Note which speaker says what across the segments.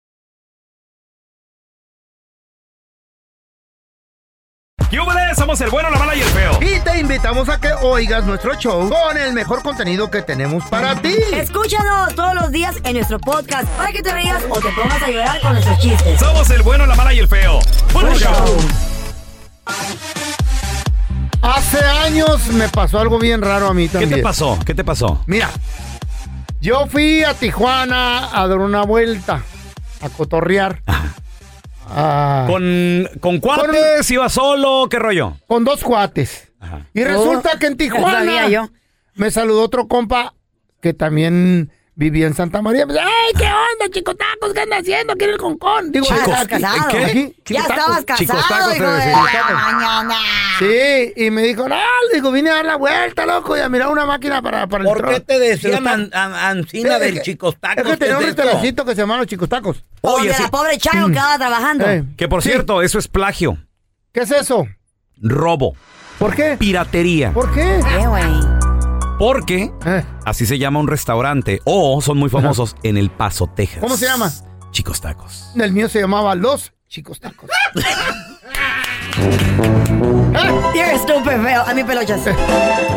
Speaker 1: ¡Yúbales! Somos el bueno, la mala y el feo.
Speaker 2: Y te invitamos a que oigas nuestro show con el mejor contenido que tenemos para ti.
Speaker 3: Escúchanos todos los días en nuestro podcast para que te rías o te pongas a llorar con nuestros chistes.
Speaker 1: Somos el bueno, la mala y el feo. ¡Puro show!
Speaker 2: Hace años me pasó algo bien raro a mí
Speaker 1: ¿Qué
Speaker 2: también.
Speaker 1: te pasó? ¿Qué te pasó?
Speaker 2: Mira, yo fui a Tijuana a dar una vuelta, a cotorrear. Ah, con,
Speaker 1: ¿Con, con cuates? ¿Iba solo? ¿Qué rollo?
Speaker 2: dos cuates.
Speaker 1: Ajá.
Speaker 2: Y resulta que en Tijuana
Speaker 3: sabía yo.
Speaker 2: me saludó otro compa que también vivía en Santa María. Me dice, ¡Ey, qué onda, chicos tacos! ¿Qué andas haciendo aquí en el Concón? Digo, "Ah,
Speaker 3: Ya estabas
Speaker 2: aquí-
Speaker 3: casado.
Speaker 2: aquí- aquí,
Speaker 3: Ya
Speaker 2: Chicos Tacos. eh,
Speaker 3: estabas
Speaker 1: Chicos
Speaker 3: casado,
Speaker 1: tacos,
Speaker 3: hijo
Speaker 1: te
Speaker 3: de
Speaker 1: decía.
Speaker 3: la mañana.
Speaker 2: Sí, y me dijo, no, le digo, vine a dar la vuelta, loco, y a mirar una máquina para, para el
Speaker 4: ¿Por qué
Speaker 2: trono".
Speaker 4: te
Speaker 2: Pero
Speaker 4: decían
Speaker 2: está-
Speaker 4: an- an- Ancina
Speaker 2: Sí, es
Speaker 4: del
Speaker 2: que-
Speaker 4: Chicos Tacos?
Speaker 2: Eh, Es que tenía
Speaker 4: ¿Qué
Speaker 2: un
Speaker 4: es esto?
Speaker 2: restauracito que se llama Los Chicos Tacos.
Speaker 3: Oye,
Speaker 1: Oye, sí.
Speaker 3: la pobre Chayo que estaba trabajando.
Speaker 2: Eh,
Speaker 1: Que por cierto, eso es plagio,
Speaker 2: ¿Qué es eso?
Speaker 1: robo,
Speaker 2: ¿Por qué?
Speaker 1: piratería.
Speaker 2: ¿Por qué?
Speaker 3: ¿Qué, güey?
Speaker 1: Porque
Speaker 2: Eh,
Speaker 1: así se llama un restaurante o son muy famosos en El Paso, Texas.
Speaker 2: ¿Cómo se llama?
Speaker 1: Chicos Tacos.
Speaker 2: el mío se llamaba Los Chicos Tacos. Eh.
Speaker 3: You're stupid, feo. A mí pelochas.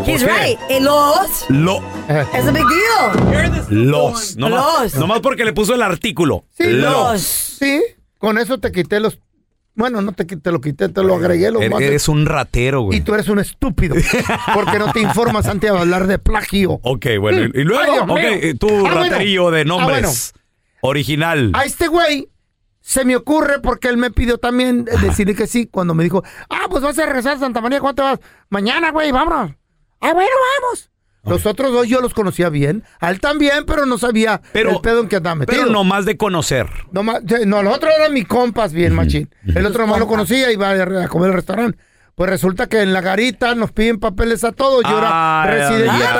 Speaker 3: He's
Speaker 1: ¿Por qué?
Speaker 3: right. Y los...
Speaker 1: Lo,
Speaker 2: Eh,
Speaker 3: Es un big deal.
Speaker 1: los. Nomás,
Speaker 3: Los.
Speaker 1: nomás porque le puso el artículo.
Speaker 2: Sí,
Speaker 3: Los...
Speaker 2: sí, con eso te quité los... Bueno, no te, qui- te lo quité, te lo agregué. Lo
Speaker 1: Eres,
Speaker 2: más-
Speaker 1: eres un ratero,
Speaker 2: Y
Speaker 1: güey.
Speaker 2: tú eres un estúpido, porque no te informas antes de hablar de plagio.
Speaker 1: Ok, bueno. Y, y
Speaker 2: Ay,
Speaker 1: luego,
Speaker 2: Dios
Speaker 1: ok,
Speaker 2: mío.
Speaker 1: eh,
Speaker 2: Ah,
Speaker 1: tu
Speaker 2: bueno.
Speaker 1: raterillo de
Speaker 2: Ah, bueno.
Speaker 1: nombres. Original.
Speaker 2: A este güey se me ocurre porque él me pidió también eh, decirle que sí cuando me dijo, ah, pues vas a regresar a Santa María, ¿cuánto vas? Mañana, güey, vámonos. Ah, bueno, vamos. Los otros dos yo los conocía bien, a él también, pero no sabía
Speaker 1: Pero-
Speaker 2: el pedo en que andaba metido.
Speaker 1: Pero nomás de conocer.
Speaker 2: Nomás- sí, no, los otros eran mis compas bien, machín. El otro nomás lo conocía y iba a, a comer al restaurante. Pues resulta que en la garita nos piden papeles a todos. Yo
Speaker 1: Ah,
Speaker 2: era residente.
Speaker 1: ya,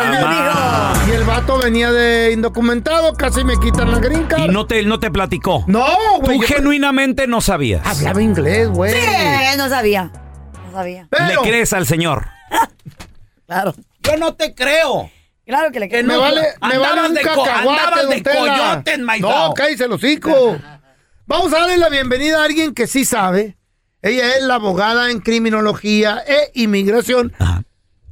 Speaker 1: Ah, ma.
Speaker 2: Y el vato venía de indocumentado, casi me quitan la green card.
Speaker 1: Y no te, no te platicó.
Speaker 2: No, güey.
Speaker 1: Tú
Speaker 2: yo-
Speaker 1: genuinamente no sabías.
Speaker 2: Hablaba inglés, güey.
Speaker 3: Eh, no sabía. No sabía.
Speaker 2: Pero
Speaker 1: Le crees al señor.
Speaker 3: Claro.
Speaker 4: Yo no te creo.
Speaker 3: Claro que le
Speaker 4: Que
Speaker 3: creo.
Speaker 2: me
Speaker 4: no.
Speaker 2: vale, me
Speaker 4: Andabas
Speaker 2: vale un
Speaker 4: de co-
Speaker 2: cacahuate,
Speaker 4: andabas
Speaker 2: don
Speaker 4: de
Speaker 2: Tela.
Speaker 4: coyote enmaizado.
Speaker 2: No, cállese el hocico. Vamos a darle la bienvenida a alguien que sí sabe. Ella es la abogada en criminología e inmigración,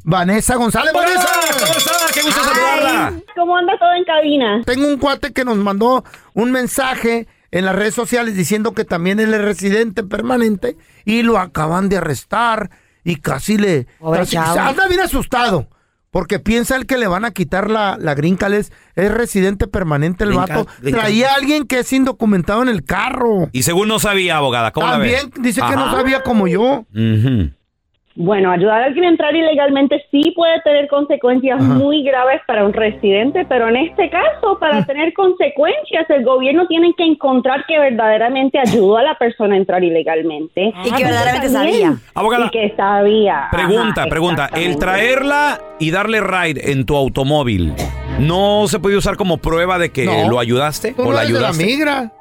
Speaker 2: Vanessa González.
Speaker 1: Vanessa, ¿cómo
Speaker 2: ¡Vanessa!
Speaker 1: estás? Qué gusto saludarla.
Speaker 5: ¿Cómo anda todo en cabina?
Speaker 2: Tengo un cuate que nos mandó un mensaje en las redes sociales diciendo que también él es residente permanente y lo acaban de arrestar y casi le...
Speaker 3: Pobre
Speaker 2: casi-
Speaker 3: chavo.
Speaker 2: anda bien asustado. Porque piensa el que le van a quitar la, la green card, es, es residente permanente el
Speaker 4: Green
Speaker 2: vato.
Speaker 4: card, green
Speaker 2: Traía a alguien que es indocumentado en el carro.
Speaker 1: Y según no sabía, abogada, ¿cómo la
Speaker 2: También
Speaker 1: ves?
Speaker 2: dice que no
Speaker 1: Ajá.
Speaker 2: sabía como yo.
Speaker 1: Ujú.
Speaker 5: Bueno, ayudar a alguien a entrar ilegalmente sí puede tener consecuencias muy graves para un residente, pero en este caso, para tener consecuencias, el gobierno tiene que encontrar que verdaderamente ayudó a la persona a entrar ilegalmente. Ah,
Speaker 3: Y que verdaderamente
Speaker 5: También.
Speaker 3: sabía.
Speaker 1: Abogada,
Speaker 5: Y que sabía.
Speaker 1: pregunta,
Speaker 5: Ajá,
Speaker 1: pregunta. El
Speaker 5: exactamente.
Speaker 1: traerla y darle ride en tu automóvil, ¿no se puede usar como prueba de que
Speaker 2: No.
Speaker 1: lo ayudaste
Speaker 2: Tú
Speaker 1: o
Speaker 2: no
Speaker 1: la
Speaker 2: eres de la
Speaker 1: ayudaste?
Speaker 2: migra.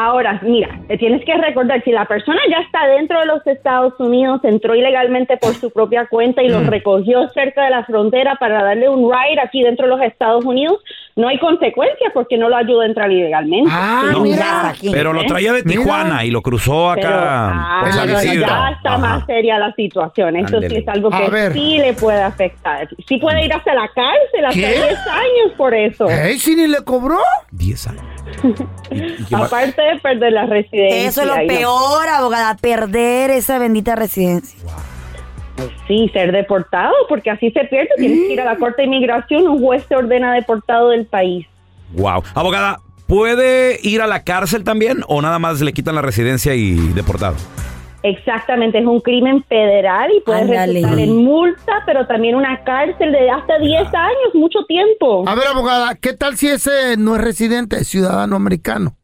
Speaker 5: Ahora, mira, te tienes que recordar, si la persona ya está dentro de los Estados Unidos, entró ilegalmente por su propia cuenta y los
Speaker 1: Mm.
Speaker 5: recogió cerca de la frontera para darle un ride aquí dentro de los Estados Unidos, no hay consecuencias porque no lo ayuda a entrar ilegalmente.
Speaker 2: Ah,
Speaker 3: No,
Speaker 2: mira.
Speaker 3: ya, aquí.
Speaker 1: Pero lo traía de
Speaker 2: Mira.
Speaker 1: Tijuana y lo cruzó
Speaker 5: Pero,
Speaker 1: acá. por
Speaker 5: ah,
Speaker 1: San
Speaker 2: la
Speaker 1: Isidro.
Speaker 2: verdad
Speaker 5: ya está
Speaker 1: Ajá.
Speaker 5: más seria la situación. Esto sí
Speaker 1: Ándele.
Speaker 5: es algo
Speaker 2: A ver.
Speaker 5: que sí le puede afectar. Sí puede ir hasta la cárcel, hasta
Speaker 2: ¿Qué?
Speaker 5: 10 años por eso.
Speaker 2: Ey, si ni le cobró.
Speaker 1: 10 años.
Speaker 5: Aparte de perder la residencia.
Speaker 3: Eso es lo
Speaker 5: y
Speaker 3: peor, abogada, perder esa bendita residencia.
Speaker 5: Sí, ser deportado, porque así se pierde. Tienes que ir a
Speaker 3: Mm.
Speaker 5: la Corte de Inmigración, un juez te ordena deportado del país.
Speaker 1: Wow. Abogada, ¿puede ir a la cárcel también o nada más le quitan la residencia y deportado?
Speaker 5: Exactamente, es un crimen federal y puedes
Speaker 3: Ándale.
Speaker 5: resultar en multa, pero también una cárcel de hasta 10
Speaker 3: Ah.
Speaker 5: años, mucho tiempo.
Speaker 2: A ver, abogada, ¿qué tal si ese no es residente, es ciudadano americano?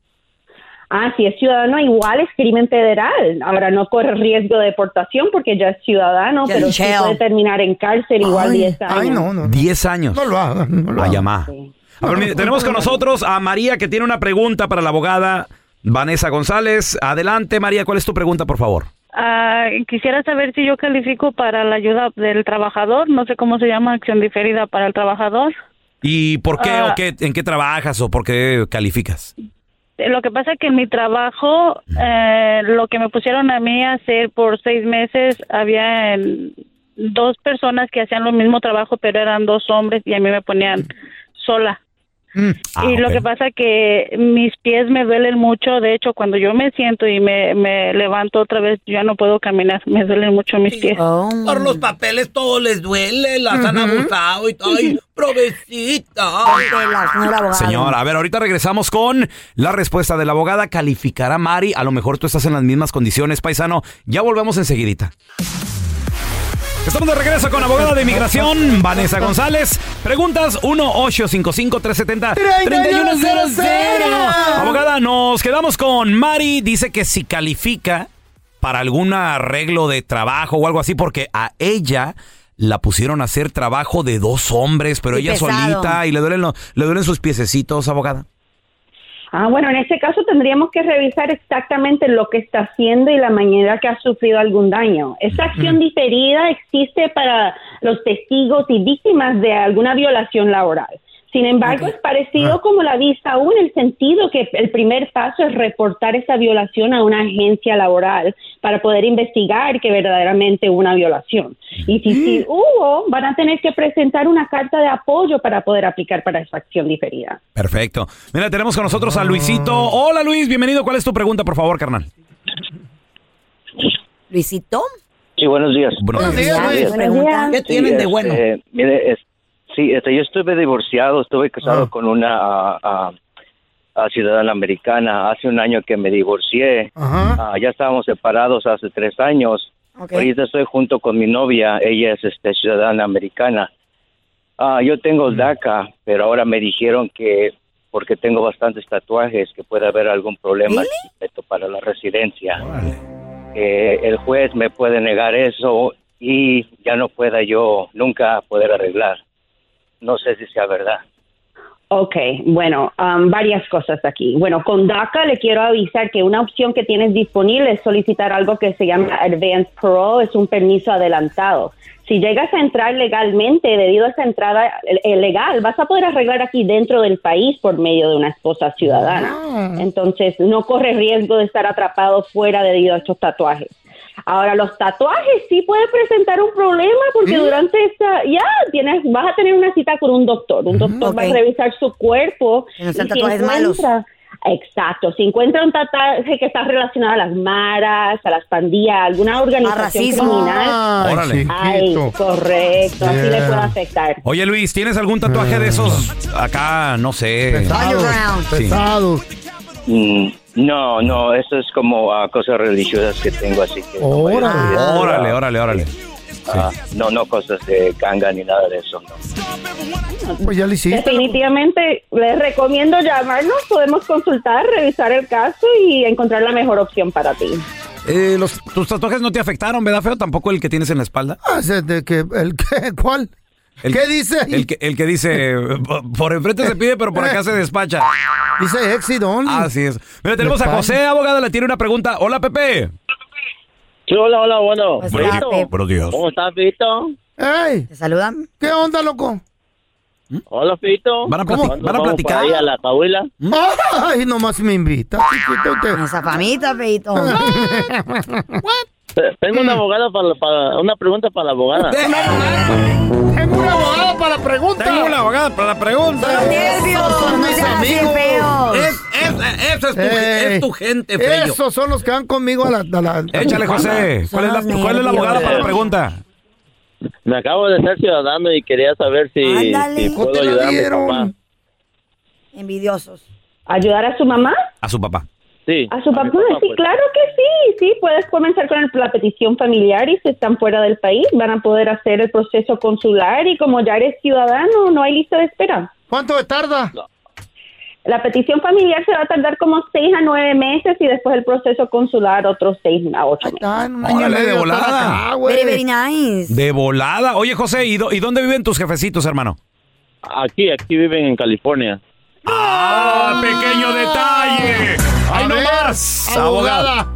Speaker 5: Ah, si es ciudadano, igual es crimen federal. Ahora no corre riesgo de deportación porque ya es ciudadano,
Speaker 3: Ya
Speaker 5: pero
Speaker 3: en
Speaker 5: sí
Speaker 3: jail.
Speaker 5: puede terminar en cárcel igual
Speaker 2: Ay,
Speaker 5: 10 años.
Speaker 2: Ay, no, no. No,
Speaker 1: 10 años.
Speaker 2: No lo haga. No lo
Speaker 1: A
Speaker 2: haga.
Speaker 1: llamar. A ver, mire, tenemos con nosotros a María que tiene una pregunta para la abogada Vanessa González. Adelante, María, ¿cuál es tu pregunta, por favor?
Speaker 6: Ah, quisiera saber si yo califico para la ayuda del trabajador, no sé cómo se llama, acción diferida para el trabajador.
Speaker 1: ¿Y por qué
Speaker 6: Ah.
Speaker 1: o qué, en qué trabajas o por qué calificas?
Speaker 6: Eh, Lo que pasa es que en mi trabajo, eh, lo que me pusieron a mí a hacer por seis meses, había eh, dos personas que hacían lo mismo trabajo, pero eran dos hombres y a mí me ponían sola.
Speaker 1: Ah,
Speaker 6: y lo
Speaker 1: ok.
Speaker 6: que pasa que mis pies me duelen mucho, de hecho cuando yo me siento y me, me levanto otra vez, yo ya no puedo caminar, me duelen mucho mis pies.
Speaker 4: Por
Speaker 3: Mm.
Speaker 4: los papeles todo les duele, las han abusado y todo. Ay, provecita.
Speaker 3: De pues, la señora abogada.
Speaker 1: Señora, a ver, ahorita regresamos con la respuesta de la abogada. ¿Calificará Mari? A lo mejor tú estás en las mismas condiciones, paisano. Ya volvemos enseguidita. Estamos de regreso con abogada de inmigración, Vanessa González. Preguntas 1-855-370-3100. Abogada, nos quedamos con Mari. Dice que si califica para algún arreglo de trabajo o algo así, porque a ella la pusieron a hacer trabajo de dos hombres, pero
Speaker 3: Y
Speaker 1: ella
Speaker 3: pesado.
Speaker 1: solita y le duelen, lo- le duelen sus piececitos, abogada.
Speaker 5: Ah, bueno, en este caso tendríamos que revisar exactamente lo que está haciendo y la manera que ha sufrido algún daño. Esta acción diferida existe para los testigos y víctimas de alguna violación laboral. Sin embargo, es parecido como la vista U en el sentido que el primer paso es reportar esa violación a una agencia laboral para poder investigar que verdaderamente hubo una violación. Y si sí hubo, van a tener que presentar una carta de apoyo para poder aplicar para esa acción diferida.
Speaker 1: Perfecto. Mira, tenemos con nosotros a Luisito. Hola Luis, bienvenido. ¿Cuál es tu pregunta, por favor, carnal?
Speaker 3: Luisito.
Speaker 7: Sí, buenos días.
Speaker 1: Buenos días.
Speaker 3: ya,
Speaker 7: Luis.
Speaker 3: tu pregunta.
Speaker 4: ¿Qué
Speaker 7: Sí,
Speaker 4: tienen de
Speaker 7: este,
Speaker 4: bueno?
Speaker 7: mire, es- sí, este, yo estuve divorciado, estuve casado con una ah, ah, ah, ciudadana americana. Hace un año que me divorcié.
Speaker 2: Ajá.
Speaker 7: Ah, ya estábamos separados hace tres años.
Speaker 3: Ok.
Speaker 7: Ahorita estoy junto con mi novia. Ella es este, ciudadana americana. Ah, yo tengo DACA, pero ahora me dijeron que porque tengo bastantes tatuajes que puede haber algún problema al respecto para la residencia. Eh, el juez me puede negar eso y ya no pueda yo nunca poder arreglar. No sé si sea verdad.
Speaker 5: Ok, bueno, am, varias cosas aquí. Bueno, con DACA le quiero avisar que una opción que tienes disponible es solicitar algo que se llama Advance Parole, es un permiso adelantado. Si llegas a entrar legalmente, debido a esa entrada eh, eh, legal, vas a poder arreglar aquí dentro del país por medio de una esposa ciudadana. Entonces, no corre riesgo de estar atrapado fuera debido a estos tatuajes. Ahora, los tatuajes sí puede presentar un problema
Speaker 2: ¿Mm?
Speaker 5: porque durante esta, ya, tienes, vas a tener una cita con un doctor.
Speaker 2: Mm,
Speaker 5: Un doctor va a
Speaker 3: Ok.
Speaker 5: revisar su cuerpo.
Speaker 3: Que no sean
Speaker 5: y si
Speaker 3: tatuajes malos.
Speaker 5: encuentra- Exacto, si encuentra un tatuaje que está relacionado a las maras, a las pandillas, a alguna organización
Speaker 3: Ah, racismo.
Speaker 5: criminal.
Speaker 1: Órale.
Speaker 5: Ay,
Speaker 2: chiquito.
Speaker 5: correcto, así le
Speaker 2: Yeah.
Speaker 5: puede afectar.
Speaker 1: Oye Luis, ¿tienes algún tatuaje de esos acá, no sé?
Speaker 2: Pesados.
Speaker 3: Underground.
Speaker 1: Sí.
Speaker 2: Pesados.
Speaker 7: Mm, no, no, eso es como ah, cosas religiosas que tengo así que... no voy a
Speaker 2: Órale.
Speaker 7: decir.
Speaker 1: Órale, órale, órale.
Speaker 7: Ah, no, no cosas de ganga ni nada de eso. no.
Speaker 2: Pues ya le hiciste.
Speaker 5: Definitivamente les recomiendo llamarnos, podemos consultar, revisar el caso y encontrar la mejor opción para ti.
Speaker 1: Eh, los, ¿Tus tatuajes no te afectaron, verdad, feo? Tampoco el que tienes en la espalda.
Speaker 2: Ah, ese de que, el que, ¿cuál? ¿Qué dice?
Speaker 1: El que, el que dice, "Por- por enfrente se pide, pero por acá se despacha.
Speaker 2: Dice exit only.
Speaker 1: Así es. Mira, tenemos a
Speaker 2: Despacha.
Speaker 1: José, abogada, le tiene una pregunta. Hola, Pepe.
Speaker 8: Sí, hola, hola, bueno.
Speaker 1: Buenos días. Buenos días.
Speaker 8: ¿Cómo estás, Fito?
Speaker 2: ¡Ey!
Speaker 3: ¿Te saludan?
Speaker 2: ¿Qué onda, loco?
Speaker 8: Hola, Fito.
Speaker 1: Van a plati-
Speaker 8: ¿Cuándo
Speaker 1: van a
Speaker 8: vamos
Speaker 1: platicar?
Speaker 8: para ahí a la tahuila?
Speaker 2: ¡Ay, nomás me invita! chiquito, que-
Speaker 3: Ah, Esa famita, feito.
Speaker 8: Eh, Tengo una abogada para, la- para- una pregunta para la abogada.
Speaker 2: Eh, ¡Tengo una abogada para la pregunta!
Speaker 1: Tengo una abogada para la pregunta.
Speaker 3: Nervios,
Speaker 2: son
Speaker 3: no
Speaker 2: mis
Speaker 3: sean así
Speaker 2: amigos.
Speaker 3: feos.
Speaker 4: Es, es, eso es tu,
Speaker 2: Ey,
Speaker 4: es tu gente, feo.
Speaker 2: Esos son los que van conmigo a la... a la-
Speaker 1: Échale, José.
Speaker 3: Son
Speaker 1: ¿Cuál es la,
Speaker 3: los
Speaker 1: cuál es la
Speaker 3: nervios.
Speaker 1: abogada
Speaker 8: eh,
Speaker 1: para la pregunta?
Speaker 8: Me acabo de ser ciudadano y quería saber si,
Speaker 3: Ándale.
Speaker 8: si
Speaker 2: ¿Cómo te
Speaker 8: puedo
Speaker 2: la
Speaker 8: ayudar a mi
Speaker 2: dieron?
Speaker 8: papá.
Speaker 3: Envidiosos.
Speaker 5: ¿Ayudar a su mamá?
Speaker 1: A su papá.
Speaker 8: Sí.
Speaker 5: ¿A su
Speaker 8: mi
Speaker 5: papá? sí,
Speaker 8: pues.
Speaker 5: claro que sí, sí, puedes comenzar con el- la petición familiar y si están fuera del país van a poder hacer el proceso consular y como ya eres ciudadano no hay lista de espera.
Speaker 2: ¿Cuánto te tarda?
Speaker 5: La petición familiar se va a tardar como seis a nueve meses y después el proceso consular otros seis a ocho meses.
Speaker 2: Ay, no,
Speaker 1: Órale,
Speaker 2: mañana
Speaker 1: de
Speaker 2: voy a
Speaker 1: volada.
Speaker 2: estar acá, Ah, güey.
Speaker 3: Very, very nice.
Speaker 1: De volada. Oye, José, ¿y, dó- y dónde viven tus jefecitos, hermano?
Speaker 8: Aquí, aquí viven en California.
Speaker 1: ¡Ah, pequeño detalle! ¡Ahí
Speaker 2: A ver,
Speaker 1: nomás! Abogada.
Speaker 2: abogada.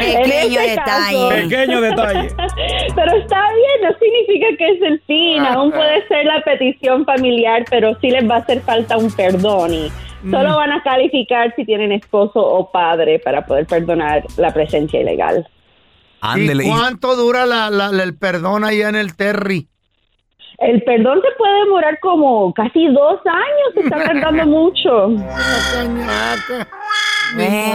Speaker 3: Pequeño
Speaker 5: En ese caso.
Speaker 3: detalle.
Speaker 1: Pequeño detalle.
Speaker 5: Pero está bien, no significa que es el fin,
Speaker 1: Ah,
Speaker 5: aún puede ser la petición familiar, pero sí les va a hacer falta un perdón y
Speaker 1: Mm.
Speaker 5: solo van a calificar si tienen esposo o padre para poder perdonar la presencia ilegal.
Speaker 1: Ándele.
Speaker 2: ¿Y
Speaker 1: y-
Speaker 2: cuánto dura la- la- la- el perdón allá en el Terry?
Speaker 5: El perdón se puede demorar como casi dos años, se está tardando mucho.
Speaker 2: Ni modo.
Speaker 3: Bueno.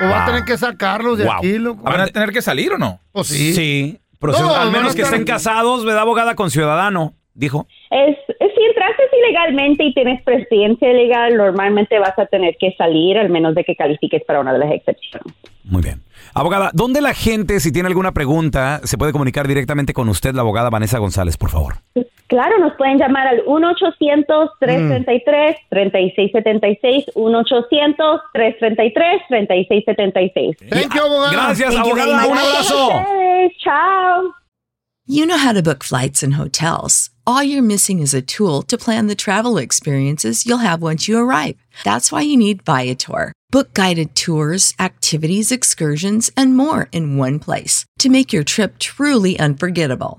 Speaker 2: O va a
Speaker 1: Wow.
Speaker 2: tener que sacarlos de
Speaker 1: Wow.
Speaker 2: aquí, loco.
Speaker 9: ¿Van a tener que salir o no?
Speaker 2: Pues sí.
Speaker 1: Proceso-
Speaker 2: No,
Speaker 1: al
Speaker 2: no,
Speaker 1: menos
Speaker 2: no,
Speaker 1: que
Speaker 2: no.
Speaker 1: estén casados, ¿verdad, abogada? Con ciudadano, dijo.
Speaker 5: Es, es- si entraste ilegalmente y tienes presencia ilegal, normalmente vas a tener que salir, al menos de que califiques para una de las excepciones.
Speaker 1: Muy bien. Abogada, ¿dónde la gente, si tiene alguna pregunta, se puede comunicar directamente con usted, la abogada Vanessa González, por favor?
Speaker 5: Claro, nos pueden llamar al 1-800-333-3676, 1-800-333-3676.
Speaker 2: Thank you, abogada.
Speaker 1: Gracias,
Speaker 3: Thank you very
Speaker 1: abogada. Un
Speaker 3: much.
Speaker 1: abrazo.
Speaker 5: Ustedes, Chao.
Speaker 10: You know how to book flights and hotels. All you're missing is a tool to plan the travel experiences you'll have once you arrive. That's why you need Viator. Book guided tours, activities, excursions, and more in one place to make your trip truly unforgettable.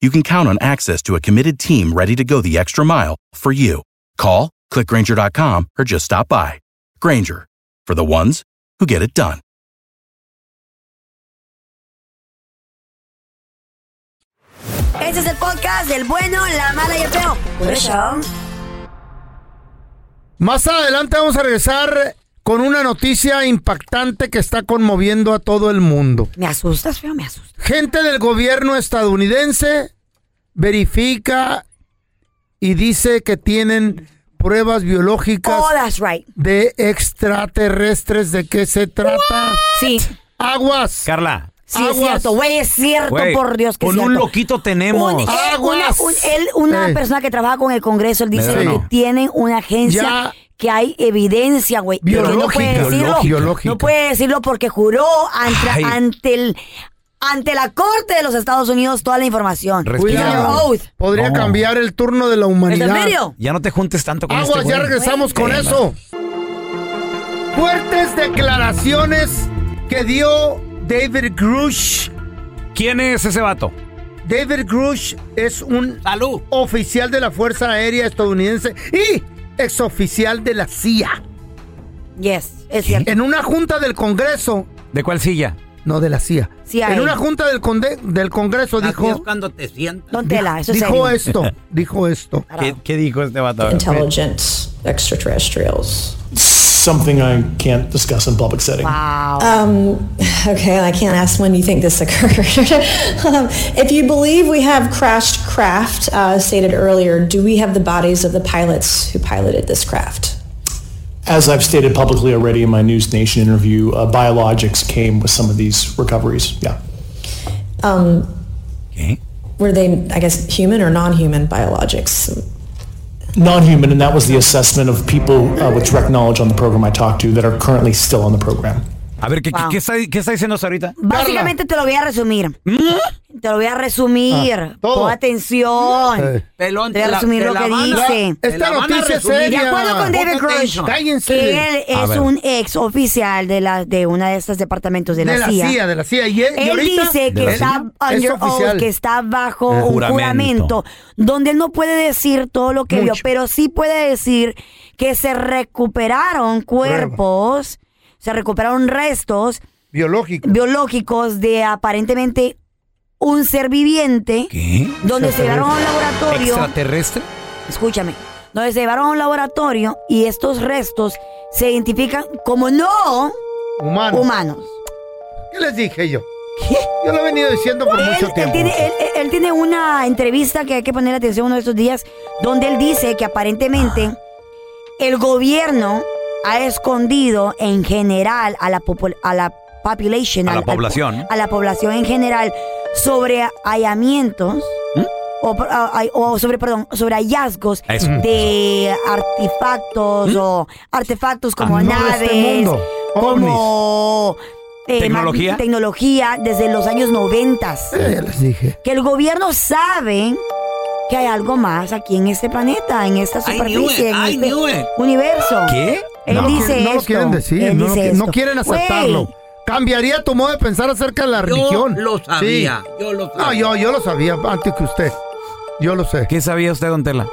Speaker 11: you can count on access to a committed team ready to go the extra mile for you. Call, clickgranger.com, or just stop by. Granger, for the ones who get it done.
Speaker 3: Este es el podcast del bueno, la mala y el feo. Por eso.
Speaker 2: Más adelante vamos a regresar con una noticia impactante que está conmoviendo a todo el mundo.
Speaker 3: Me asustas, feo, me asustas.
Speaker 2: Gente del gobierno estadounidense verifica y dice que tienen pruebas biológicas
Speaker 3: Oh, that's right.
Speaker 2: de extraterrestres. ¿De qué se trata?
Speaker 3: Sí,
Speaker 2: Aguas.
Speaker 1: Carla,
Speaker 3: sí, es
Speaker 2: Aguas.
Speaker 3: cierto, güey, es cierto,
Speaker 1: güey,
Speaker 3: por Dios que es
Speaker 1: con un
Speaker 3: cierto.
Speaker 1: loquito tenemos.
Speaker 3: Un- él-
Speaker 2: Ah,
Speaker 3: una,
Speaker 2: Aguas.
Speaker 3: un- él- una
Speaker 2: Eh.
Speaker 3: persona que trabaja con el Congreso, él dice
Speaker 1: Me da
Speaker 3: que
Speaker 1: no.
Speaker 3: tienen una agencia
Speaker 2: Ya.
Speaker 3: que hay evidencia, güey. pero que
Speaker 2: Biológica,
Speaker 3: no puede decirlo.
Speaker 2: biológica.
Speaker 3: No puede decirlo porque juró
Speaker 1: Ay.
Speaker 3: ante, ante el- ante la Corte de los Estados Unidos toda la información.
Speaker 1: Respira.
Speaker 2: Cuidado.
Speaker 3: Oath.
Speaker 2: Podría
Speaker 1: No.
Speaker 2: cambiar el turno de la
Speaker 3: ¿Es en
Speaker 2: humanidad.
Speaker 3: serio?
Speaker 1: Ya no te juntes tanto con
Speaker 2: Aguas,
Speaker 1: este
Speaker 2: ya
Speaker 1: güey.
Speaker 2: regresamos con
Speaker 1: Sí,
Speaker 2: eso. Fuertes declaraciones que dio David Grush.
Speaker 1: ¿Quién es ese vato?
Speaker 2: David Grush es un
Speaker 4: Salud.
Speaker 2: oficial de la Fuerza Aérea estadounidense y exoficial de la CIA.
Speaker 3: Yes, es cierto.
Speaker 2: En una junta del Congreso.
Speaker 1: ¿De cuál silla?
Speaker 2: No, de la CIA.
Speaker 3: CIA.
Speaker 2: en una junta del, conde- del Congreso
Speaker 4: Así es
Speaker 2: dijo,
Speaker 4: cuando te sientas.
Speaker 3: Don Tela, Ah, eso es
Speaker 2: dijo
Speaker 3: serio.
Speaker 2: esto, dijo esto.
Speaker 1: ¿Qué, qué dijo este vato?
Speaker 9: Intelligent extraterrestrials. Something I can't discuss in public setting.
Speaker 3: Wow.
Speaker 12: Um, okay, I can't ask when you think this occurred. um, if you believe we have crashed craft, uh, as stated earlier, do we have the bodies of the pilots who piloted this craft?
Speaker 9: As I've stated publicly already in my News Nation interview, uh, biologics came with some of these recoveries. Yeah.
Speaker 12: Um, Were they, I guess, human or non-human biologics?
Speaker 9: Non-human, and that was the assessment of people uh, with direct knowledge on the program I talked to that are currently still on the program.
Speaker 1: A ver, ¿qué, qué- qué está, qué está diciendo ahorita?
Speaker 3: Básicamente te lo voy a resumir.
Speaker 4: ¿Mm?
Speaker 3: Te lo voy a resumir.
Speaker 1: Ah, todo.
Speaker 3: Pon atención.
Speaker 1: Eh.
Speaker 4: Pelón,
Speaker 3: te
Speaker 4: te
Speaker 3: voy a
Speaker 4: la-
Speaker 3: resumir
Speaker 4: te
Speaker 3: lo
Speaker 4: la
Speaker 3: que
Speaker 4: van a-
Speaker 3: dice.
Speaker 4: te Esta la van a noticia es resumir. seria.
Speaker 3: De acuerdo con David
Speaker 4: Pon
Speaker 3: Grush,
Speaker 4: atención.
Speaker 2: Cállense.
Speaker 3: que
Speaker 2: A
Speaker 3: él es
Speaker 2: ver.
Speaker 3: un ex oficial de, la, de una de estas departamentos de la,
Speaker 2: de la
Speaker 3: CIA.
Speaker 2: CIA, de la CIA. Y, y
Speaker 3: Él
Speaker 2: ahorita-
Speaker 3: dice
Speaker 2: De
Speaker 3: que
Speaker 2: la
Speaker 3: está
Speaker 2: CIA. Es
Speaker 3: under oath,
Speaker 2: oficial.
Speaker 3: que está bajo
Speaker 2: Eh,
Speaker 3: un
Speaker 2: juramento.
Speaker 3: juramento, donde él no puede decir todo lo que vio,
Speaker 2: Mucho.
Speaker 3: pero sí puede decir que se recuperaron cuerpos, se recuperaron restos
Speaker 2: biológicos.
Speaker 3: biológicos de aparentemente un ser viviente,
Speaker 1: ¿Qué?
Speaker 3: donde se llevaron a un laboratorio
Speaker 1: ¿Extraterrestre?
Speaker 3: escúchame, donde se llevaron a un laboratorio y estos restos se identifican como no
Speaker 2: Humanos.
Speaker 3: humanos.
Speaker 2: ¿Qué les dije yo? Yo lo he venido diciendo por mucho tiempo.
Speaker 3: Tiene- él, él- Eh, él tiene una entrevista que hay que poner atención uno de estos días, donde él dice que aparentemente
Speaker 1: Ah.
Speaker 3: el gobierno ha escondido en general a la, popul- a la population,
Speaker 1: A
Speaker 3: al-
Speaker 1: la
Speaker 3: al-
Speaker 1: población.
Speaker 3: a la población en general sobre hallamientos.
Speaker 1: ¿Mm?
Speaker 3: O, pro- a- a- o sobre, perdón, sobre hallazgos
Speaker 1: Eso. ¿Mm?
Speaker 3: de artefactos o artefactos como
Speaker 1: Ah, no de
Speaker 3: naves,
Speaker 1: este mundo.
Speaker 3: como eh, ma-
Speaker 1: ¿Tecnología?
Speaker 3: tecnología desde los años 90.
Speaker 2: les dije.
Speaker 3: Que el gobierno sabe que hay algo más aquí en este planeta, en esta
Speaker 4: I knew
Speaker 3: superficie,
Speaker 4: it,
Speaker 3: en
Speaker 4: I
Speaker 3: este
Speaker 4: knew it.
Speaker 3: universo.
Speaker 1: ¿Qué?
Speaker 3: Él
Speaker 2: ¿Eh? No.
Speaker 3: dice
Speaker 2: No lo
Speaker 3: esto,
Speaker 2: quieren decir,
Speaker 3: él
Speaker 2: no, lo
Speaker 3: dice
Speaker 2: qui- no
Speaker 3: esto.
Speaker 2: quieren
Speaker 3: Güey,
Speaker 2: aceptarlo. Cambiaría tu modo de pensar acerca de la religión.
Speaker 4: lo sabía, yo lo
Speaker 2: No, yo, yo lo sabía antes que usted. Yo lo sé.
Speaker 1: ¿Qué sabía usted, don Tela?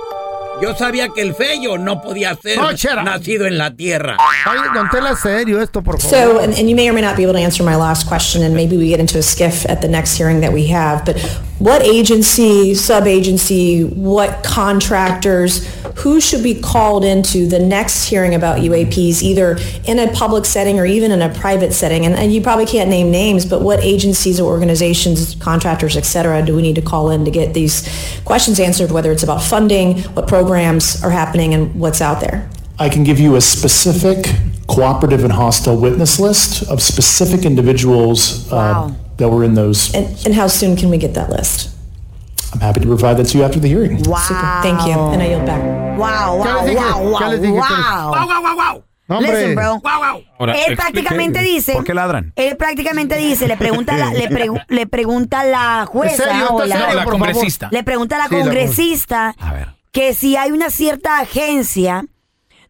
Speaker 4: Yo sabía que el feyo no podía ser
Speaker 2: No, chera.
Speaker 4: nacido en la tierra.
Speaker 2: Ay, don Tela, serio esto, por favor.
Speaker 12: So, and, and you may or may not be able to answer my last question, and maybe we get into a skiff at the next hearing that we have, but what agency, sub-agency, what contractors, who should be called into the next hearing about UAPs, either in a public setting or even in a private setting? And, and you probably can't name names, but what agencies or organizations, contractors, et cetera, do we need to call in to get these questions answered, whether it's about funding, what programs are happening, and what's out there?
Speaker 9: I can give you a specific cooperative and hostile witness list of specific individuals uh, that were in those.
Speaker 12: And, and how soon can we get that list?
Speaker 9: I'm happy to provide that to you after the hearing.
Speaker 12: Super. Thank you. And I yield back.
Speaker 3: Wow,
Speaker 12: ¿Qué
Speaker 3: wow,
Speaker 12: les dije?
Speaker 3: wow, wow,
Speaker 12: ¿Qué les dije? ¿Qué les-
Speaker 3: wow.
Speaker 12: Guau,
Speaker 2: No, hombre.
Speaker 3: Listen, bro.
Speaker 1: Ahora,
Speaker 3: él
Speaker 1: explique-
Speaker 3: prácticamente dice.
Speaker 1: ¿Por qué ladran?
Speaker 3: Él prácticamente dice, le pregunta a la, le pregu- le pregunta a la jueza
Speaker 1: ¿En serio?
Speaker 3: o
Speaker 1: ¿Está
Speaker 3: la,
Speaker 1: serio, No, la por favor? congresista.
Speaker 3: Le pregunta a la
Speaker 1: Sí, la
Speaker 3: congresista que si hay una cierta agencia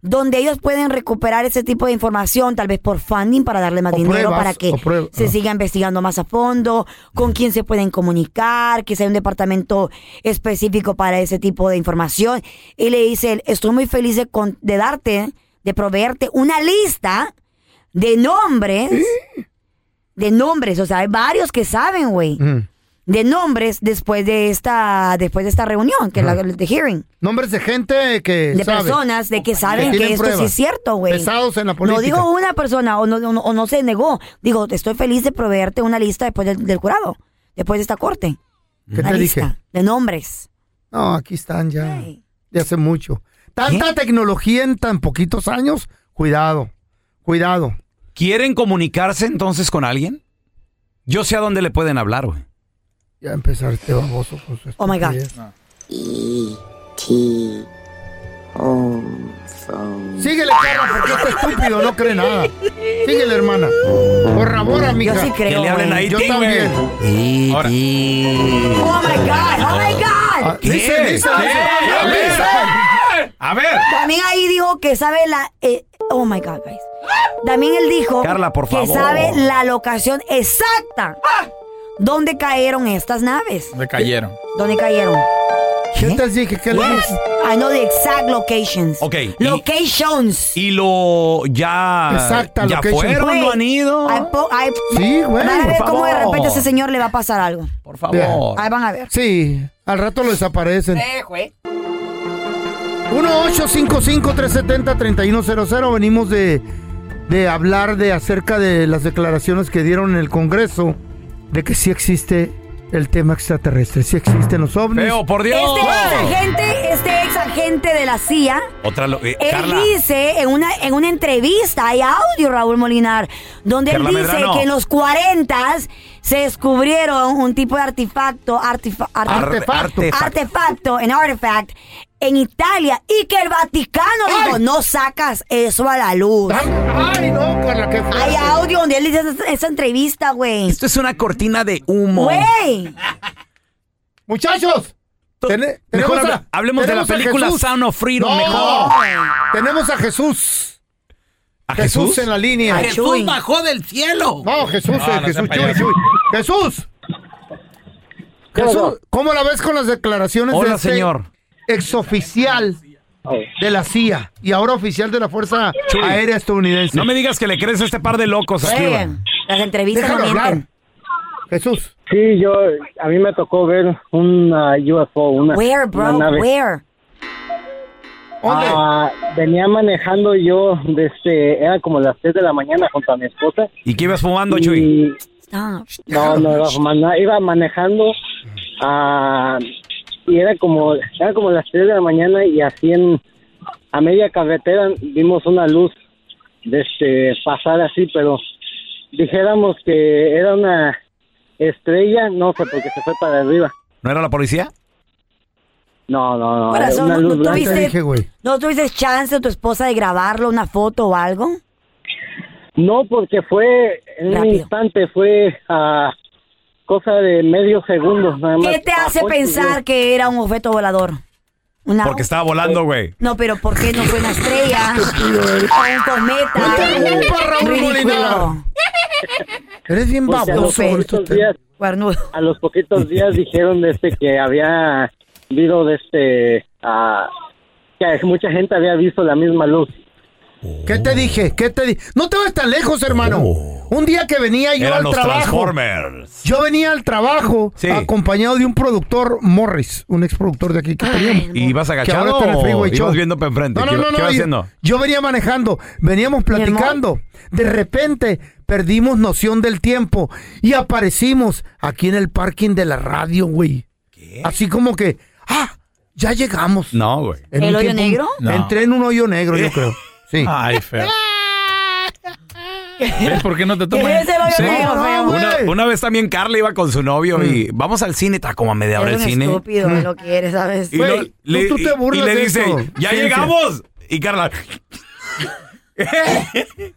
Speaker 3: donde ellos pueden recuperar ese tipo de información, tal vez por funding para darle más dinero
Speaker 2: pruebas,
Speaker 3: para que
Speaker 2: o pruebas,
Speaker 3: se
Speaker 2: ah.
Speaker 3: siga investigando más a fondo, con quién se pueden comunicar, que si hay un departamento específico para ese tipo de información. Y le dice, él, estoy muy feliz de, con- de darte, de proveerte una lista de nombres, de nombres, o sea, hay varios que saben, güey,
Speaker 2: Mm.
Speaker 3: de nombres después de esta, después de esta reunión, que es la de hearing.
Speaker 2: Nombres de gente que
Speaker 3: De
Speaker 2: sabe.
Speaker 3: personas de que saben que,
Speaker 2: tienen
Speaker 3: esto sí
Speaker 2: pruebas.
Speaker 3: es cierto, güey.
Speaker 2: Pesados en la
Speaker 3: No
Speaker 2: política.
Speaker 3: digo una persona o no, o no- o no se negó. Digo, estoy feliz de proveerte una lista después del, del jurado, después de esta corte.
Speaker 2: ¿Qué
Speaker 3: Una
Speaker 2: te
Speaker 3: lista
Speaker 2: dije?
Speaker 3: De nombres.
Speaker 2: No, aquí están ya. De hace mucho. Tanta tecnología en tan poquitos años. Cuidado. Cuidado.
Speaker 1: ¿Quieren comunicarse entonces con alguien? Yo sé a dónde le pueden hablar, güey.
Speaker 2: Ya empezar este baboso con su
Speaker 3: Oh my God.
Speaker 2: estupidez. Síguele, cara, porque este estúpido no cree nada. Síguele, hermana. Por favor, amiga.
Speaker 3: Yo sí creo, Que le hablen güey. a
Speaker 2: Yo
Speaker 3: IT,
Speaker 2: también.
Speaker 1: Ahora.
Speaker 3: Oh my God, oh my
Speaker 2: Ah,
Speaker 3: God.
Speaker 2: ¿Qué? Dice, dice,
Speaker 3: Ah,
Speaker 2: dice,
Speaker 3: ah,
Speaker 2: dice.
Speaker 1: A ver.
Speaker 3: También ahí dijo que sabe la. eh, oh my God, guys. También él dijo
Speaker 1: Carla, por
Speaker 3: que
Speaker 1: favor. ¡Ah!
Speaker 3: sabe la locación exacta donde cayeron estas naves.
Speaker 13: Me cayeron.
Speaker 3: ¿Dónde cayeron?
Speaker 2: ¿Qué ¿Qué te dije? ¿Qué
Speaker 3: Yes, ¿Eh? I know the exact locations.
Speaker 1: Ok.
Speaker 3: Locations.
Speaker 1: Y lo ya.
Speaker 3: Exacto,
Speaker 1: ya fueron, no han ido.
Speaker 2: Sí, güey.
Speaker 3: Van a
Speaker 2: Por
Speaker 3: ver cómo de
Speaker 2: favor.
Speaker 3: repente a ese señor le va a pasar algo.
Speaker 1: Por
Speaker 2: favor.
Speaker 3: Ahí van a ver.
Speaker 2: Sí, al rato lo desaparecen.
Speaker 3: Eh, güey.
Speaker 2: 1-855-370-3100. Venimos de, de hablar de acerca de las declaraciones que dieron en el Congreso de que sí existe el tema extraterrestre, sí existen los ovnis.
Speaker 1: Feo, por Dios.
Speaker 3: Este ex agente, este ex agente de la CIA,
Speaker 1: Otra. lo- eh,
Speaker 3: él
Speaker 1: Carla.
Speaker 3: dice en una, en una entrevista, hay audio, Raúl Molinar, donde
Speaker 1: Carla
Speaker 3: él dice
Speaker 1: Medrano.
Speaker 3: que en los 40 se descubrieron un tipo de artefacto, artefa- arte-
Speaker 2: Ar-
Speaker 3: artefacto,
Speaker 2: artefacto.
Speaker 3: artefacto, en artifact, en Italia, y que el Vaticano dijo, no sacas eso a la luz.
Speaker 2: Ay, no, Carla, qué fuerte.
Speaker 3: Hay audio donde él dice esa, esa entrevista, güey.
Speaker 1: Esto es una cortina de humo.
Speaker 3: Güey.
Speaker 2: Muchachos, tene- tenemos a-
Speaker 1: Mejor hable- hablemos de la
Speaker 2: tenemos a
Speaker 1: película
Speaker 2: Jesús.
Speaker 1: Sound of Freedom,
Speaker 2: No,
Speaker 1: mejor.
Speaker 2: Tenemos a Jesús.
Speaker 1: ¿A Jesús?
Speaker 2: en la línea.
Speaker 1: A Jesús Chuy.
Speaker 2: bajó del cielo. No, Jesús,
Speaker 1: No,
Speaker 2: eh,
Speaker 1: no
Speaker 2: Jesús,
Speaker 1: sea
Speaker 2: Chuy,
Speaker 1: payaso.
Speaker 2: Chuy. Jesús. Jesús, ¿cómo la ves con las declaraciones
Speaker 1: Hola,
Speaker 2: de este
Speaker 1: señor.
Speaker 2: exoficial de la CIA y ahora oficial de la Fuerza
Speaker 1: Chuy.
Speaker 2: Aérea Estadounidense?
Speaker 1: No me digas que le crees a este par de locos aquí, güey.
Speaker 3: Güey, Las entrevistas
Speaker 2: Déjalo
Speaker 3: no
Speaker 2: hablar.
Speaker 3: mienten.
Speaker 2: Jesús.
Speaker 13: Sí, yo, a mí me tocó ver una UFO, una,
Speaker 3: Where,
Speaker 13: una
Speaker 3: bro?
Speaker 13: nave.
Speaker 3: Where?
Speaker 13: Ah, venía manejando yo desde, era como las 3 de la mañana junto a mi esposa.
Speaker 1: ¿Y qué ibas fumando,
Speaker 13: Y-
Speaker 1: Chuy?
Speaker 3: Stop.
Speaker 13: No, no iba fumando, nada, iba manejando ah, y era como, era como las 3 de la mañana y así en, a media carretera vimos una luz desde pasar así, pero dijéramos que era una estrella, no sé, porque se fue para arriba.
Speaker 1: ¿No era la policía?
Speaker 13: No, no, no. era
Speaker 3: Corazón,
Speaker 13: una
Speaker 3: ¿no-
Speaker 13: luz
Speaker 3: no
Speaker 13: blanca.
Speaker 3: tuviste- ¿No tuviste chance de tu esposa de grabarlo, una foto o algo?
Speaker 13: No, porque fue en un instante, fue a cosa de medio segundo. Nada más.
Speaker 3: ¿Qué te hace
Speaker 13: Apoyo,
Speaker 3: pensar que era un objeto volador? Una-
Speaker 1: Porque estaba volando, güey.
Speaker 3: No, pero ¿por qué no fue una estrella?
Speaker 2: Estúpido eres.
Speaker 3: o un cometa.
Speaker 2: interrumpas, Raúl Molinar.
Speaker 3: Ridículo.
Speaker 2: Eres bien
Speaker 13: Porque a Pues, los
Speaker 2: baboso. con esto.
Speaker 13: poquitos días, a los poquitos días dijeron de este que había habido de este ah, que mucha gente había visto la misma luz.
Speaker 2: ¿Qué te dije? ¿Qué te di- No te vas tan lejos, hermano. Un día que venía yo
Speaker 1: Eran
Speaker 2: al
Speaker 1: los
Speaker 2: trabajo.
Speaker 1: Transformers.
Speaker 2: Yo venía al trabajo acompañado de un productor Morris, un exproductor de aquí que teníamos.
Speaker 1: ¿Y vas
Speaker 2: Que ahora
Speaker 1: agachado
Speaker 2: está en el
Speaker 1: o
Speaker 2: freeway show.
Speaker 1: ibas viendo para enfrente?
Speaker 2: No, no,
Speaker 1: ¿Qué,
Speaker 2: no,
Speaker 1: qué
Speaker 2: no,
Speaker 1: vas
Speaker 2: yo-
Speaker 1: haciendo?
Speaker 2: Yo venía manejando, veníamos platicando. De repente perdimos noción del tiempo y aparecimos aquí en el parking de la radio, güey. Así como que, ah, ya llegamos.
Speaker 1: No, güey.
Speaker 2: En un tiempo-
Speaker 1: No.
Speaker 2: Entré en un hoyo negro, yo creo. Sí.
Speaker 14: Ay, feo. ¿Ves por qué no te
Speaker 1: ¿Qué
Speaker 14: tomas?
Speaker 1: es el hoyo negro, feo?
Speaker 14: güey.
Speaker 1: Una, una vez también Carla iba con su novio y vamos al cine, está como a media hora el
Speaker 3: Mm. Eres un
Speaker 1: cine. Mm.
Speaker 3: estúpido, lo que eres, ¿sabes?
Speaker 1: Y lo- le, y- y le dice, ya llegamos. Y Carla,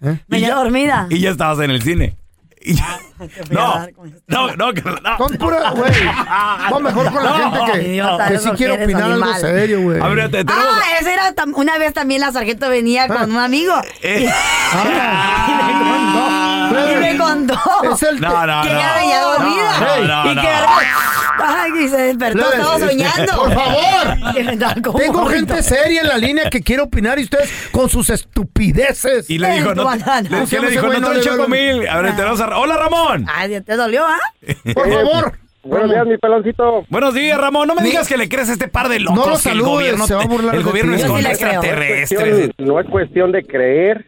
Speaker 3: Me quedé dormida.
Speaker 1: y ya estabas en el cine. Y ya- no, no, no, Carla, no.
Speaker 2: Son pura, güey. Va mejor con la gente que,
Speaker 3: Ah, Idiota,
Speaker 2: que
Speaker 3: eres
Speaker 2: sí
Speaker 3: porque
Speaker 2: quiere
Speaker 3: eres
Speaker 2: opinar algo
Speaker 3: animal.
Speaker 2: serio, güey.
Speaker 1: A ver, te- tenemos-
Speaker 3: Ah, esa era tam- una vez también la sargento venía con un amigo.
Speaker 1: Eh.
Speaker 3: y me contó
Speaker 2: Es el-
Speaker 1: No, no,
Speaker 3: que
Speaker 1: no.
Speaker 3: ella venía dormida.
Speaker 1: No, no, no,
Speaker 3: y
Speaker 1: no. este,
Speaker 3: que ay, y se despertó,
Speaker 2: Plebes,
Speaker 3: estaba soñando.
Speaker 2: Por favor.
Speaker 3: Y me estaba como
Speaker 2: Tengo
Speaker 3: muerto.
Speaker 2: gente seria en la línea que quiere opinar y ustedes con sus estupideces.
Speaker 1: Y le dijo, no, te- le, ¿qué le dijo, no te echo mil. A ver, enteramos a- Hola, Ramón.
Speaker 3: Ay, Dios, te dolió, ¿ah?
Speaker 2: Por favor.
Speaker 1: Buenos días,
Speaker 13: mi peloncito.
Speaker 1: Buenos días, Ramón. No me
Speaker 13: Ni-
Speaker 1: digas que le crees a este par de locos.
Speaker 13: No lo
Speaker 1: que el
Speaker 13: saludes,
Speaker 1: gobierno,
Speaker 13: se va a burlar
Speaker 1: el
Speaker 13: de
Speaker 1: gobierno
Speaker 13: ti.
Speaker 1: es
Speaker 13: Yo sí
Speaker 1: con
Speaker 13: le creo.
Speaker 1: extraterrestres.
Speaker 8: No es cuestión de creer,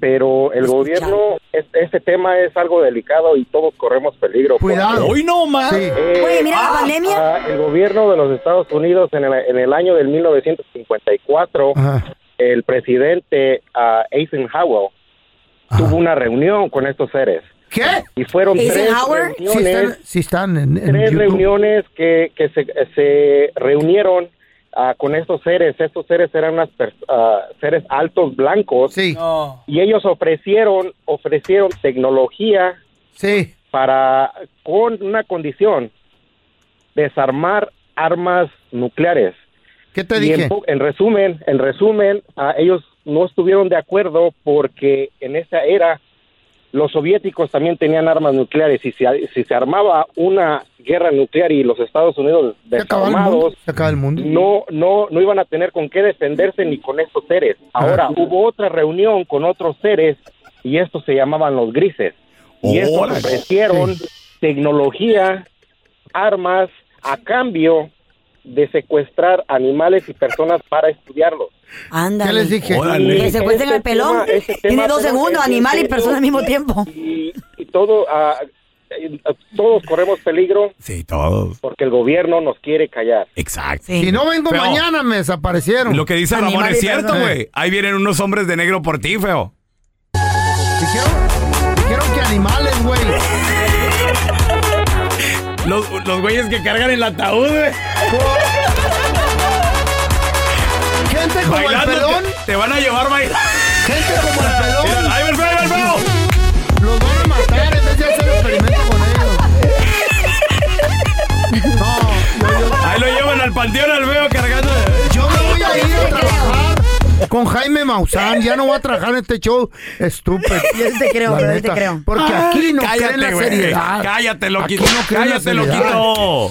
Speaker 8: pero el gobierno, es- este tema es algo delicado y todos corremos peligro. pues. Ah,
Speaker 2: Cuidado.
Speaker 1: Hoy no más.
Speaker 3: Güey, mira la pandemia.
Speaker 8: el gobierno de los Estados Unidos en el, en el año del 1954, el presidente ah, Eisenhower tuvo una reunión con estos seres.
Speaker 2: ¿Qué?
Speaker 8: Y fueron tres
Speaker 2: Eisenhower, si
Speaker 8: reuniones
Speaker 2: están, si están en, en
Speaker 8: tres
Speaker 2: YouTube.
Speaker 8: reuniones que, que se, se reunieron ah, con estos seres. Estos seres eran unas pers- ah, seres altos blancos y ellos ofrecieron ofrecieron tecnología para con una condición desarmar armas nucleares.
Speaker 2: ¿Qué te
Speaker 8: En,
Speaker 2: dije?
Speaker 8: po- en resumen, en resumen, ah, ellos no estuvieron de acuerdo porque en esa era los soviéticos también tenían armas nucleares y si, si se armaba una guerra nuclear y los Estados Unidos
Speaker 2: acaba el mundo.
Speaker 8: desarmados
Speaker 2: Se acaba el mundo.
Speaker 8: no no no iban a tener con qué defenderse ni con estos seres. Ahora
Speaker 2: Ajá.
Speaker 8: hubo otra reunión con otros seres y estos se llamaban los grises y estos
Speaker 13: Órale.
Speaker 8: ofrecieron tecnología, armas a cambio de secuestrar animales y personas para estudiarlos.
Speaker 3: Ándale.
Speaker 8: ¿Qué les dije? Órale.
Speaker 3: Que se cuenten al
Speaker 8: Este
Speaker 3: pelón.
Speaker 8: tema- este
Speaker 3: Tiene
Speaker 8: tema
Speaker 3: dos
Speaker 8: apenas
Speaker 3: segundos,
Speaker 8: es
Speaker 3: animal y
Speaker 8: serio.
Speaker 3: persona al mismo tiempo.
Speaker 8: y todo ah, eh, todos corremos peligro
Speaker 1: sí todos
Speaker 8: porque el gobierno nos quiere callar
Speaker 1: exacto
Speaker 2: Si no vengo
Speaker 1: Feo.
Speaker 2: mañana, me desaparecieron.
Speaker 1: Lo que dice Ramón
Speaker 2: Animal
Speaker 1: es
Speaker 2: y
Speaker 1: cierto,
Speaker 2: persona.
Speaker 1: güey. Ahí vienen unos hombres de negro por ti, feo.
Speaker 2: Dijeron que animales, güey.
Speaker 1: Los, los güeyes que cargan el ataúd, güey.
Speaker 2: Gente como el
Speaker 1: Bailando,
Speaker 2: pelón.
Speaker 1: Te, te van a llevar bailando.
Speaker 2: Gente como el pelón.
Speaker 1: Ahí va el feo, ahí va el feo.
Speaker 2: Los van a matar en vez de hacer experimento con ellos. No, yo, yo-
Speaker 1: Ahí lo llevan al panteón al feo cargando.
Speaker 2: yo me voy a ir a trabajar con Jaime Maussan. Ya no voy a trabajar en este show estúpido.
Speaker 3: Yo te creo,
Speaker 2: La
Speaker 3: bro, yo te
Speaker 2: neta,
Speaker 3: creo.
Speaker 2: Porque aquí no
Speaker 1: Cállate,
Speaker 2: creen la
Speaker 1: güey.
Speaker 2: seriedad.
Speaker 1: Cállate, loquito.
Speaker 2: Aquí no creen la
Speaker 1: Cállate,
Speaker 2: seriedad.
Speaker 1: loquito.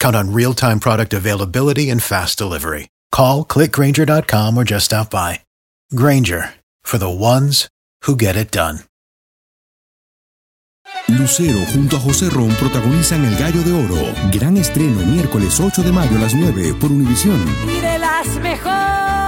Speaker 15: Count on real time product availability and fast delivery. Call clickgranger.com or just stop by. Granger for the ones who get it done.
Speaker 16: Lucero junto a José Ron protagonizan El Gallo de Oro. Gran estreno miércoles 8 de mayo a las 9 por Univisión.
Speaker 3: Y de las mejores.